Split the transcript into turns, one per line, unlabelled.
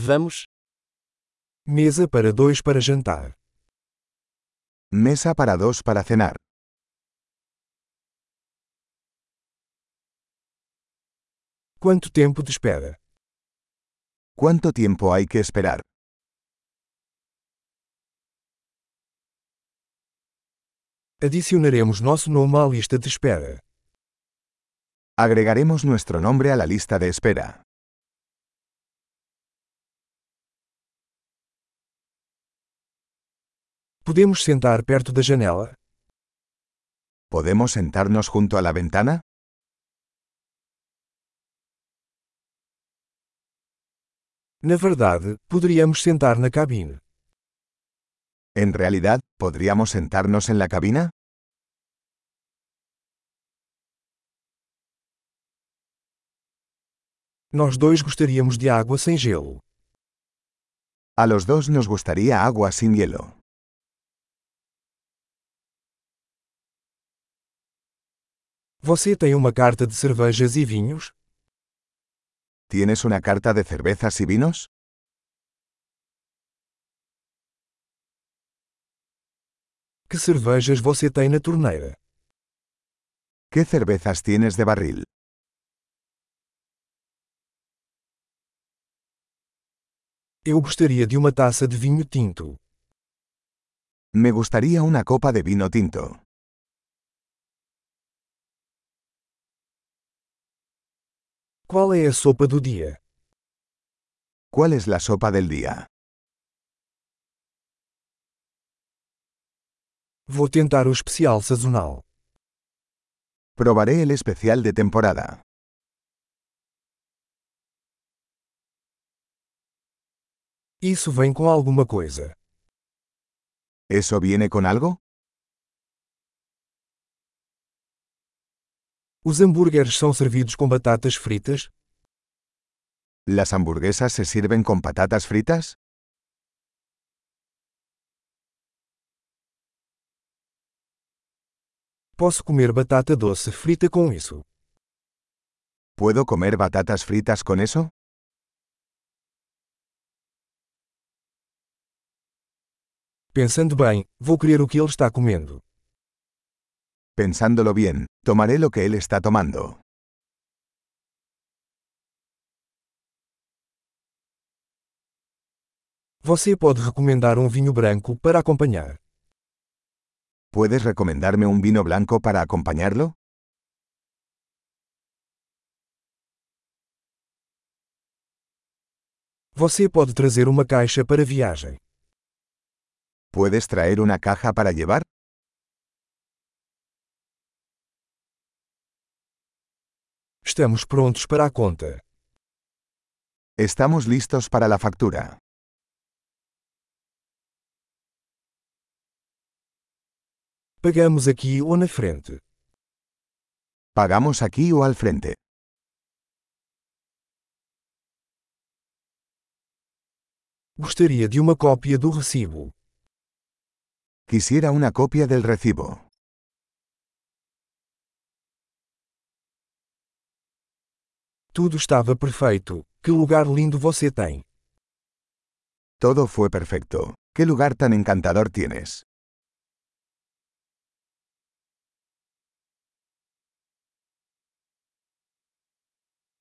Vamos.
Mesa para dois para jantar.
Mesa para dos para cenar.
Quanto tempo de espera?
¿Cuánto tiempo hay que esperar?
Adicionaremos nosso nome à lista de espera.
Agregaremos nuestro nombre a la lista de espera.
Podemos sentar perto da janela?
¿Podemos sentarnos junto a la ventana?
Na verdade, poderíamos sentar na cabine.
En realidad, ¿podríamos sentarnos en la cabina?
Nós dois gostaríamos de água sem gelo.
A los dos nos gustaría agua sin hielo.
Você tem uma carta de cervejas e vinhos?
¿Tienes una carta de cervezas y vinos?
Que cervejas você tem na torneira?
¿Qué cervezas tienes de barril?
Eu gostaria de uma taça de vinho tinto.
Me gustaría una copa de vino tinto.
Qual é a sopa do dia?
¿Cuál es la sopa del día?
Vou tentar o especial sazonal.
Probaré el especial de temporada.
Isso vem com alguma coisa.
¿Eso viene con algo?
Os hambúrgueres são servidos com batatas fritas?
¿Las hamburguesas se sirven con patatas fritas?
Posso comer batata doce frita com isso?
¿Puedo comer batatas fritas con eso?
Pensando bem, vou querer o que ele está comendo.
Pensándolo bien, tomaré lo que él está tomando.
Você pode recomendar um vinho branco para acompanhar.
¿Puedes recomendarme un vino blanco para acompañarlo?
Você pode trazer uma caixa para viagem.
¿Puedes traer una caja para llevar?
Estamos prontos para a conta.
Estamos listos para la factura.
Pagamos aqui ou na frente.
¿Pagamos aquí o al frente?
Gostaria de uma cópia do recibo.
Quisiera una copia del recibo.
Tudo estava perfeito. Que lugar lindo você tem!
Todo fue perfecto. ¿Qué lugar tan encantador tienes?